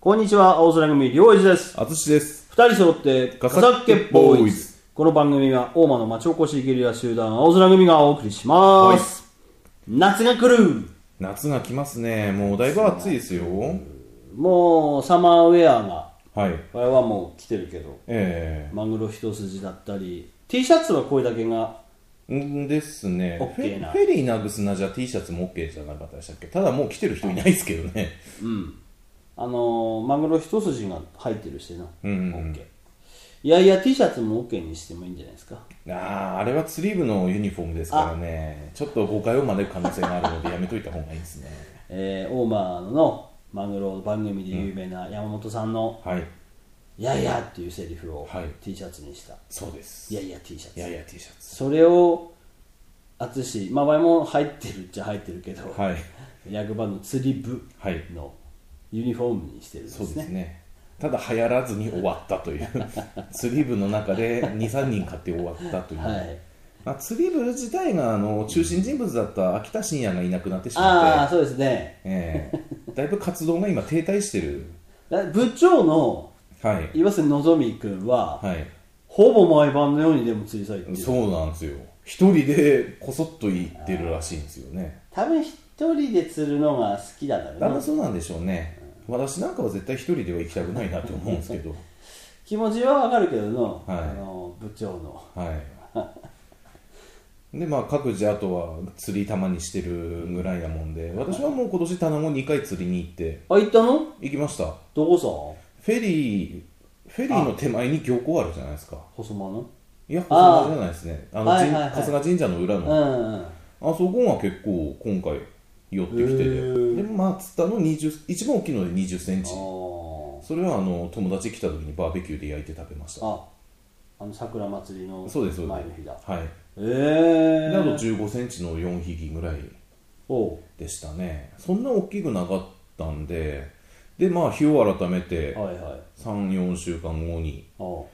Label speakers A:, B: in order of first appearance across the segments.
A: こんにちは、青空組、りょうじです。
B: あつしです。
A: 二人揃って、
B: ガ
A: ガ
B: サ
A: サ
B: ッ
A: ッ
B: ケ
A: ケ
B: ボ
A: ボ
B: ー
A: ー
B: イ
A: イ
B: ズ
A: ズ。この番組は、大間の町おこしゲリラ集団、青空組がお送りします。夏が来る
B: 夏が来ますね。もうだいぶ暑いですよ。
A: もう、サマーウェアが、
B: はい。
A: 我々はもう来てるけど、
B: え
A: マグロ一筋だったり、T シャツはこれだけが、
B: えんですね。
A: オッケーな
B: フェフェリーなぐすなじゃ T シャツも OK じゃなかったでしたっけただもう来てる人いないですけどね。
A: うん。あのーマグロ一筋が入ってるしな。
B: うんうんうん
A: OK。いやいや、T シャツも OK にしてもいいんじゃないですか。
B: ああ、あれはツリーブのユニフォームですからね。ちょっと誤解を招く可能性があるのでやめといた方がい いですね。
A: えー、オーマーのマグロ番組で有名な山本さんの、
B: はい。
A: いやいやっていうセリフを
B: はい
A: T シャツにした、
B: そうです。
A: い、やいや T シャツ
B: いやいや T シャツ。
A: それを淳まあ前も入ってるっちゃ入ってるけど、
B: はい。
A: 役場の釣り部
B: はい。
A: のユニフォームにしてるんです
B: そう
A: ね
B: ですね。ただ流行らずに終わったという 釣り部の中で23人買って終わったという、
A: はい
B: まあ、釣り部自体があの中心人物だった秋田信也がいなくなってし
A: ああ
B: まって、
A: そうですね
B: ええだいぶ活動が今停滞してる
A: だ部長の
B: はい
A: 岩瀬のぞみ君は、
B: はい
A: ほぼ毎晩のようにでも釣りさ行ってる
B: そうなんですよ一人でこそっと行ってるらしいんですよね
A: 多分一人で釣るのが好きなんだろう
B: だ
A: なん
B: だんそうなんでしょうね私なんかは絶対一人では行きたくないなと思うんですけど
A: 気持ちはわかるけどの,、
B: はい
A: あの部長の
B: はい。で、まあ、各自あとは釣りたまにしてるぐらいなもんで、私はもう今年棚子2回釣りに行って、
A: あ行ったの
B: 行きました。
A: どこさ
B: フェリー、フェリーの手前に漁港あるじゃないですか。
A: 細間の
B: いや、
A: あー
B: 細間じゃないですね。あの、
A: はい
B: 神
A: はいはい
B: 春日神社の裏
A: う
B: の。あ
A: んうん
B: そこが結構今回寄ってきて
A: へ
B: て、
A: ー
B: で、まあ、釣ったの20、一番大きいので20センチ。
A: あ
B: それはあの友達来た時にバーベキューで焼いて食べました。
A: あああの桜祭りの
B: そうです、そう
A: 前の
B: で
A: 日だ
B: す。はい。
A: ええ
B: であと
A: ー、
B: 15センチの4匹ぐらい
A: おう
B: でしたねそんな大きくなかったんででまあ日を改めて
A: はいはい
B: 34週間後に、
A: おう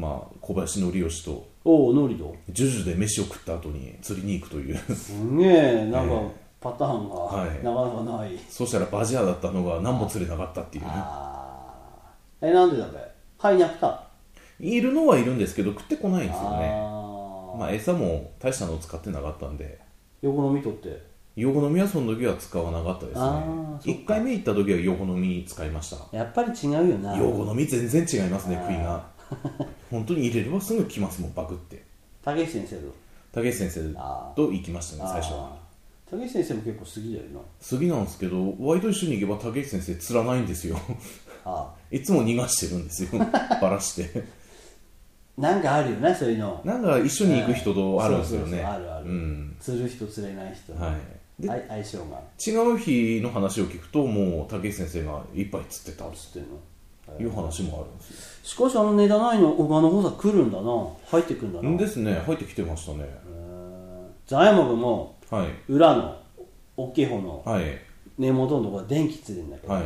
B: まあ、小林則義と
A: おうノリド
B: ジュジュで飯を食った後に釣りに行くという
A: すげえなんか
B: え
A: パターンが
B: はい
A: なかなかない、
B: そしたらバジアだったのが何も釣れなかったっていう
A: ああえなんでだべはいなくたあ
B: いるのはいるんですけど食ってこないんですよね
A: あ、
B: まあ餌も大したのを使ってなかったんで
A: 横の見とって
B: 横のみはその時は使わなかったですね
A: あーそっか
B: 1回目行った時は横のみ使いました
A: やっぱり違うよな
B: 横のみ全然違いますね
A: あー
B: 食い が本当に入れればすぐ来ますもんバクって
A: 竹内先生と
B: 竹内先生
A: あー
B: と行きましたね最初は
A: あー竹内先生も結構好きだよな
B: 次なんですけど割と一緒に行けば竹内先生釣らないんですよ
A: あ
B: いつも逃がしてるんですよ バラして
A: あなんかあるよねそういうの
B: なんか一緒に行く人とあるんですよ
A: そうそう
B: ね
A: そうあるある、
B: うん
A: 釣る人釣れない人、
B: はいで
A: あい相性が
B: 違う日の話を聞くともう竹内先生がいっぱい釣ってた
A: つってんの
B: という話もあるんですよ
A: しかしあの値段ないの小川の方さ来るんだな入ってくんだな
B: うんですね入ってきてましたね
A: へーザヤモグも
B: はい
A: 裏の大きい方の
B: はい
A: 根元のところで電気ついてんだけど、
B: はい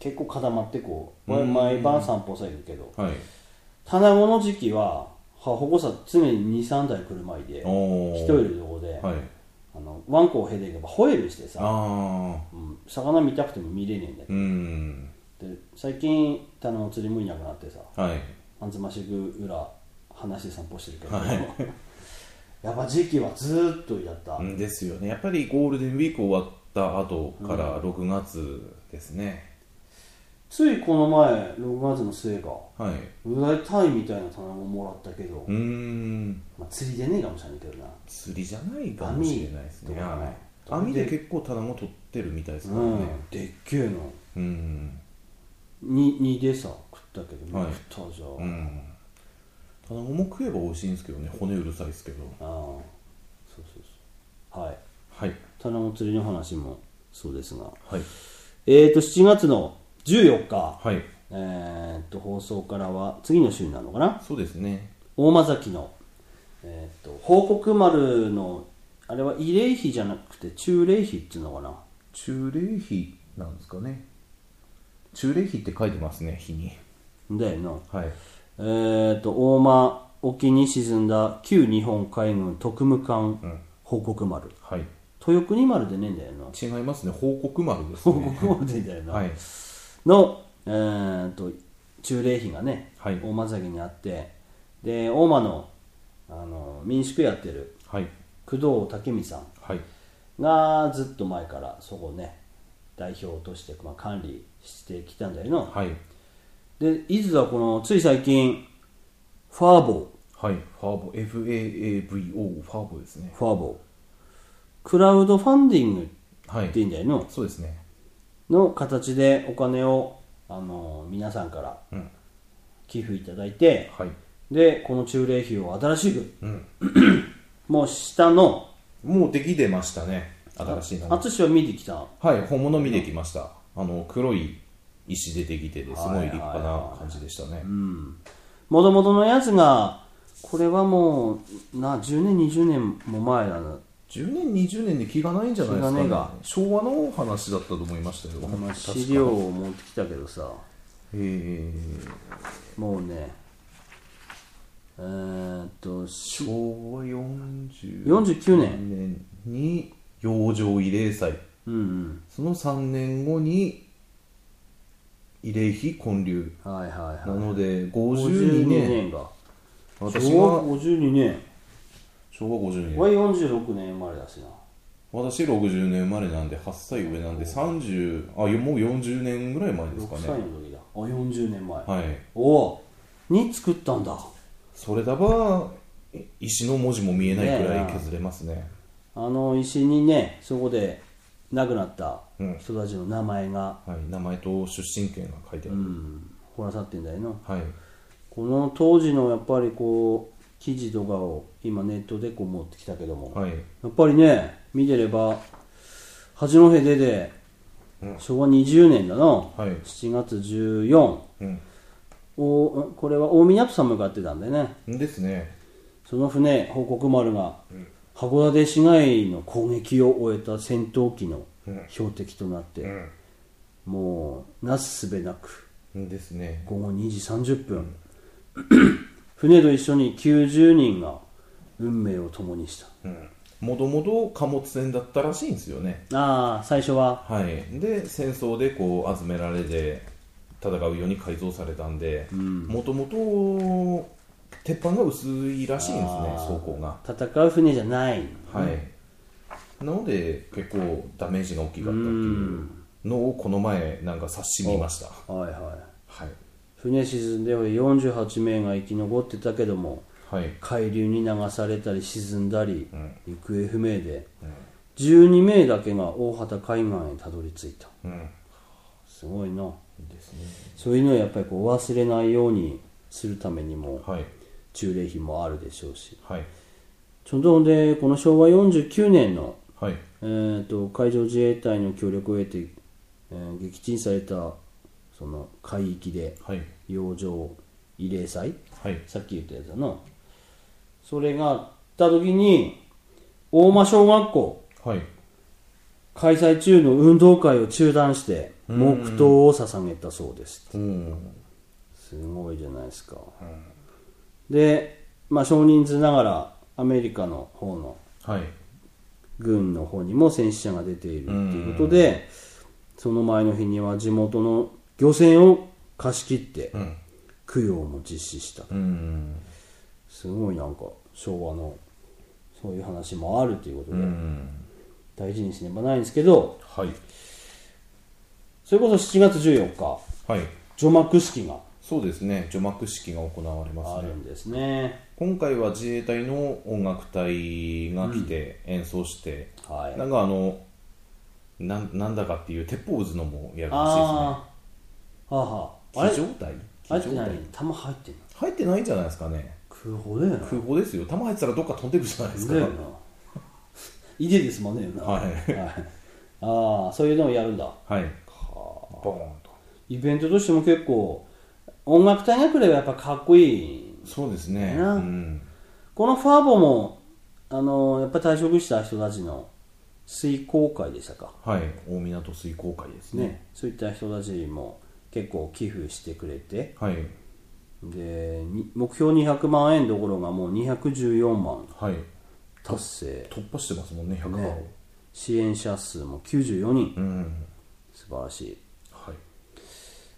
A: 結構固まってこう
B: うん
A: 毎晩散歩されるけど
B: はい
A: 棚子の時期はは保護者常に23台車いで
B: お
A: 人い
B: ー
A: るところで、
B: はい
A: あのワンコをへでいけばホエールしてさ、
B: ああ
A: うん魚見たくても見れねえんだけ
B: うーん
A: ど、で最近棚子釣りもいなくなってさ
B: はい
A: あんずましぐ裏話して散歩してるけど、
B: はい
A: やっぱ時期はずーっとやった、
B: うんですよねやっぱりゴールデンウィーク終わった後から6月ですね、
A: ついこの前6月の末か
B: はいう
A: らいたいみたいな棚をもらったけど、
B: うーん
A: まあ、釣りでねえかもしれないけどな
B: 釣りじゃないかもしれないです
A: 網
B: ね
A: とかね
B: はい網で結構棚も取ってるみたいですから
A: う
B: ね
A: ん、でっけえの
B: うん
A: に煮でさ食ったけど、
B: はい
A: 食ったじゃん、
B: うん、棚も食えば美味しいんですけどね骨うるさいですけど
A: ああそうそうそうはい
B: はい
A: 棚も釣りの話もそうですが
B: はい
A: えーと7月の14日、
B: はい
A: えーと放送からは次の週になるのかな
B: そうですね
A: 大間崎の、えー、と報告丸のあれは慰霊碑じゃなくて中霊碑っていうのかな
B: 中礼碑なんですかね中礼碑って書いてますね碑に
A: だよな
B: はい
A: えー、と大間沖に沈んだ旧日本海軍特務艦報告丸、
B: はい
A: 豊国丸でねえんだよな
B: 違いますね報告丸です
A: 報
B: ね
A: 告丸でねえんだよな、
B: はい
A: の、えうーんと中霊碑がね、
B: はい
A: 大間崎にあってで大間のあの民宿やってる
B: はい
A: 工藤武美さ
B: はい
A: んがずっと前からそこをね代表として、まあ、管理してきたんだよな
B: はい
A: で伊豆はこのつい最近ファーボー
B: はいファーボ FAAVO ファーボですね
A: ファーボークラウドファンディングって
B: はい
A: 言うんだよの
B: そうですね
A: の形でお金をあの皆さんから
B: うん
A: 寄付いただいて
B: はい
A: でこの中霊費を新しく
B: うん
A: もう下の
B: もうできてましたね新しいのが
A: 淳は見てきた
B: はい本物見てきましたあの黒い石出てきててすごい立派な感じでしたね
A: もともとのやつがこれはもうな10年20年も前だな
B: 10年20年で気がないんじゃないです
A: 気が
B: か
A: ね
B: ね
A: えが
B: 昭和の話だったと思いましたよ確
A: 資
B: か
A: 料を持ってきたけどさ
B: え
A: もうねえー、っと
B: ー、昭和40
A: 49年
B: 年に養生慰霊祭
A: うんうん
B: その3年後に慰霊碑建立
A: はいはいはい
B: なので
A: 52
B: 52年
A: 年が
B: 私
A: 昭和
B: は
A: 52年
B: 昭和52年
A: 俺46年生まれだしな
B: 私60年生まれなんで8歳上なんで30あいやもう40年ぐらい前ですか
A: 6
B: ね
A: 歳の時だあ40年前
B: はい
A: おおに作ったんだ
B: それだばい石の文字も見えないくらい削れますね
A: あの石にねそこで亡くなった
B: うん
A: 人たちの名前が、
B: はい、名前と出身県が書いてあ
A: う
B: る、
A: ん、ほらさってんだよな
B: はい
A: この当時のやっぱりこう記事とかを今ネットでこう持ってきたけども、
B: はい
A: やっぱりね見てれば八戸出て、
B: うん
A: 昭和20年だな、
B: はい
A: 7月14おんこれは大宮と寒がってたんでね
B: うんですね
A: その船報告丸が函館市街の攻撃を終えた戦闘機の標的となって、もうなすすべなく
B: うんですね
A: 午後2時30分、 船と一緒に90人が運命を共にした
B: うんもともと貨物船だったらしいんですよね
A: ああ最初は
B: はいで戦争でこう集められて戦うように改造されたんでもともと鉄板が薄いらしいんですね
A: あー
B: 装甲が
A: 戦う船じゃない
B: はい、なので結構ダメージが大きかったっていうのをこの前なんか察し見ました
A: はいはい
B: はい
A: 船沈んで48名が生き残ってたけども
B: はい
A: 海流に流されたり沈んだり、
B: ん
A: 行方不明で、12名だけが大畑海岸へたどり着いた
B: うん
A: すごいな
B: ですね
A: そういうのをやっぱりこう忘れないようにするためにも
B: はい
A: 中礼碑もあるでしょうし
B: はい
A: ちょうどほんでこの昭和49年の、
B: はい
A: えー、と海上自衛隊の協力を得て、えー撃沈されたその海域で
B: はい
A: 洋上慰霊祭
B: はい
A: さっき言ったやつだなそれがあった時に大間小学校
B: はい
A: 開催中の運動会を中断して黙祷を捧げたそうです
B: うん
A: すごいじゃないですか、で、まあ、少人数ながらアメリカの方の
B: はい
A: 軍の方にも戦死者が出ているということでその前の日には地元の漁船を貸し切って
B: うん
A: 供養も実施した
B: うん
A: すごいなんか昭和のそういう話もあるということで、
B: うん
A: 大事にすればないんですけど
B: はい
A: それこそ7月14日
B: はい
A: 除幕式が
B: そうですね除幕式が行われま
A: あ
B: す
A: る
B: ね
A: んですね
B: 今回は自衛隊の音楽隊が来て演奏して、
A: はい
B: なんかあのなんなんだかっていう鉄砲渦のもやるらしいですね
A: ああはあはああれ
B: 非常態
A: あれっ
B: 非
A: て
B: 常態
A: 何弾入ってんの
B: 入ってないんじゃないですかね
A: 空砲だよな
B: 空砲ですよ弾入ってたらどっか飛んでくじゃないですか
A: だよないでですもんねよな
B: はい
A: ああそういうのをやるんだ
B: はいボーンと
A: イベントとしても結構音楽隊が来ればやっぱかっこいい
B: そうですね
A: な
B: うん
A: このファーボもあのやっぱ退職した人たちの水耕会でしたか
B: はい大港水工会ですね
A: ね、そういった人たちも結構寄付してくれて
B: はい
A: でに目標200万円どころがもう214万
B: はい
A: 達成、
B: 突破してますもんね100万を、
A: ね、支援者数も94人
B: うん
A: 素晴らしい
B: はい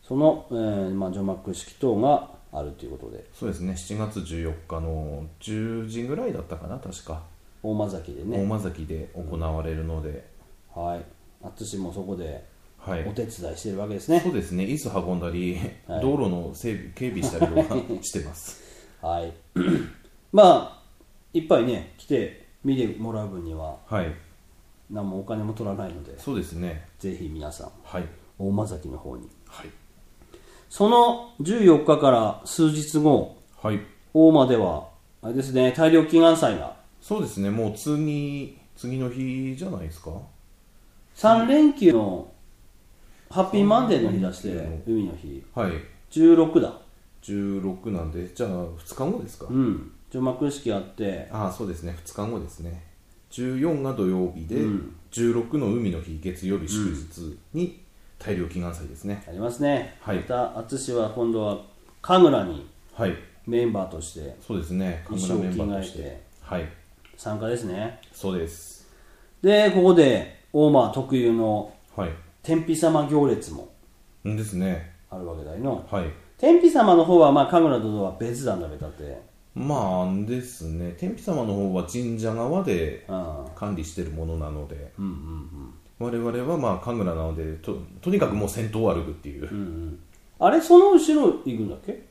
A: その、えーまあ、除幕式等があるということで
B: そうですね7月14日の10時ぐらいだったかな確か、
A: 大間崎で
B: 大
A: ね
B: 間崎で行われるので、
A: はい淳もそこで
B: はい
A: お手伝いしてるわけですね
B: そうですね椅子運んだり、道路の整備警備したりとか してます
A: はい まあいっぱいね来て見てもらう分には
B: はい
A: 何もお金も取らないので
B: そうですね
A: ぜひ皆さん
B: はい
A: 大間崎の方に
B: はい
A: その14日から数日後
B: はい
A: 大間ではあれですね大量祈願祭が
B: そうですねもう次次の日じゃないですか
A: 3連休のハッピーマンデーの日出して海の日
B: はい
A: 16だ
B: 16なんでじゃあ2日後ですか、
A: うん除幕式あって
B: ああそうですね2日後ですね14が土曜日で、16の海の日月曜日祝日に大量祈願祭ですね、
A: ありますね、
B: はい
A: また淳は今度は神楽に
B: はい
A: メンバーとして
B: そうですね神
A: 一
B: 楽
A: 生
B: メンバ
A: 着
B: ー
A: 替
B: と
A: え
B: して
A: て
B: はい
A: 参加ですね
B: そうです
A: でここで大間特有の
B: はい
A: 天日様行列も
B: んですね
A: あるわけだいの
B: はい
A: 天日様の方はまあ神楽とは別なんだべだって
B: まあんですね天日様の方は神社側で
A: うん
B: 管理してるものなので
A: うんうん
B: 我々はまあ神楽なのでととにかくもう先頭を歩くっていう、
A: うんうんうんあれその後ろ行くんだっけ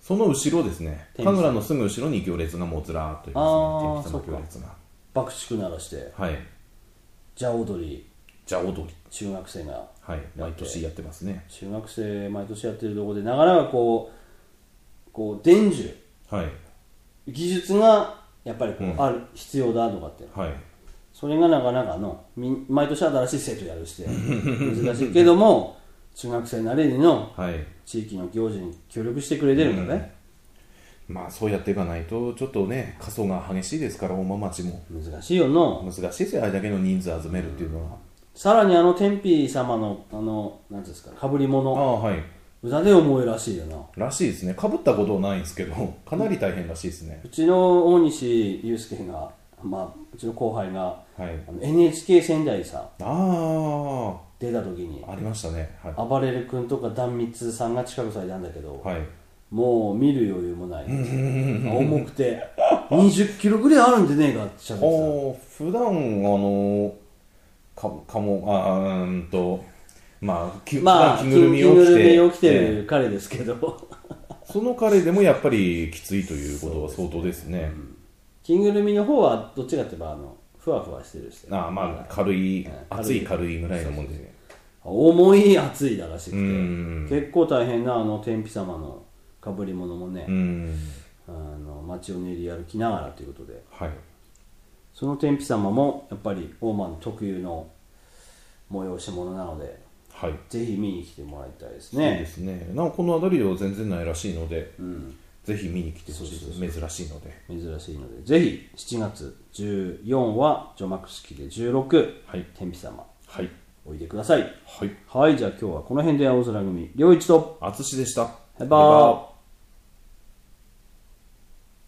B: その後ろですね
A: 天日様
B: 神楽のすぐ後ろに行列がもうずらーっとい
A: あー
B: ますね天日様行列が
A: 爆竹鳴らして
B: はい
A: じゃあ踊り
B: じゃあ踊り
A: 中学生が
B: はい毎年やってますね
A: 中学生毎年やってるところでなかなかこうこう伝授
B: はい
A: 技術がやっぱりこう、ある必要だとかって
B: はい
A: それがなかなかのみ毎年新しい生徒やるして難しいけども中学生なりの
B: はい
A: 地域の行事に協力してくれてるんだね、
B: まあそうやっていかないとちょっとね過疎が激しいですから大間町も
A: 難しいよの
B: 難しいですよあれだけの人数集めるっていうのは、
A: さらにあの天日様のあのなんていうんですかかぶり
B: あ
A: 物
B: あはい
A: 裏で重いらしいよな
B: らしいですねかぶったことないんですけどかなり大変らしいですね
A: う、ちの大西祐介が、まあ、うちの後輩が
B: はい
A: あの NHK 仙台さ
B: あ
A: 出た時に
B: あありましたねはい
A: 暴れる君とか壇蜜さんが近くされたんだけど、
B: はい
A: もう見る余裕もない重くて20キロぐらいあるんでねえかって喋って
B: お普段あのかかもあーうーんとまあき
A: たまあ着
B: 普段
A: ぐるみを着て
B: ええ
A: る彼ですけど
B: その彼でもやっぱりきついということは相当ですね
A: 着ぐるみの方はどっちかって言えばあのふわふわしてるし
B: ああまあ軽い、
A: ええ
B: 熱い軽いぐらいのもんで
A: 重い暑いだらしくて
B: ん
A: 結構大変なあの天日様のかぶり物もね、
B: うん
A: あの街を練り歩きながらということで
B: はい
A: その天日様もやっぱり大間の特有の催し物なので
B: はい
A: ぜひ見に来てもらいたいです
B: いいで
A: ね
B: すねなおこの辺りは全然ないらしいので、
A: ん
B: ぜひ見に来てほしいです珍しいので
A: 珍しいのでぜひ7月14は除幕式で16、
B: はい
A: 天日様
B: はい
A: おいでください
B: はい
A: はいじゃあ今日はこの辺で青空組良一と
B: 淳でした
A: バイバー
B: ー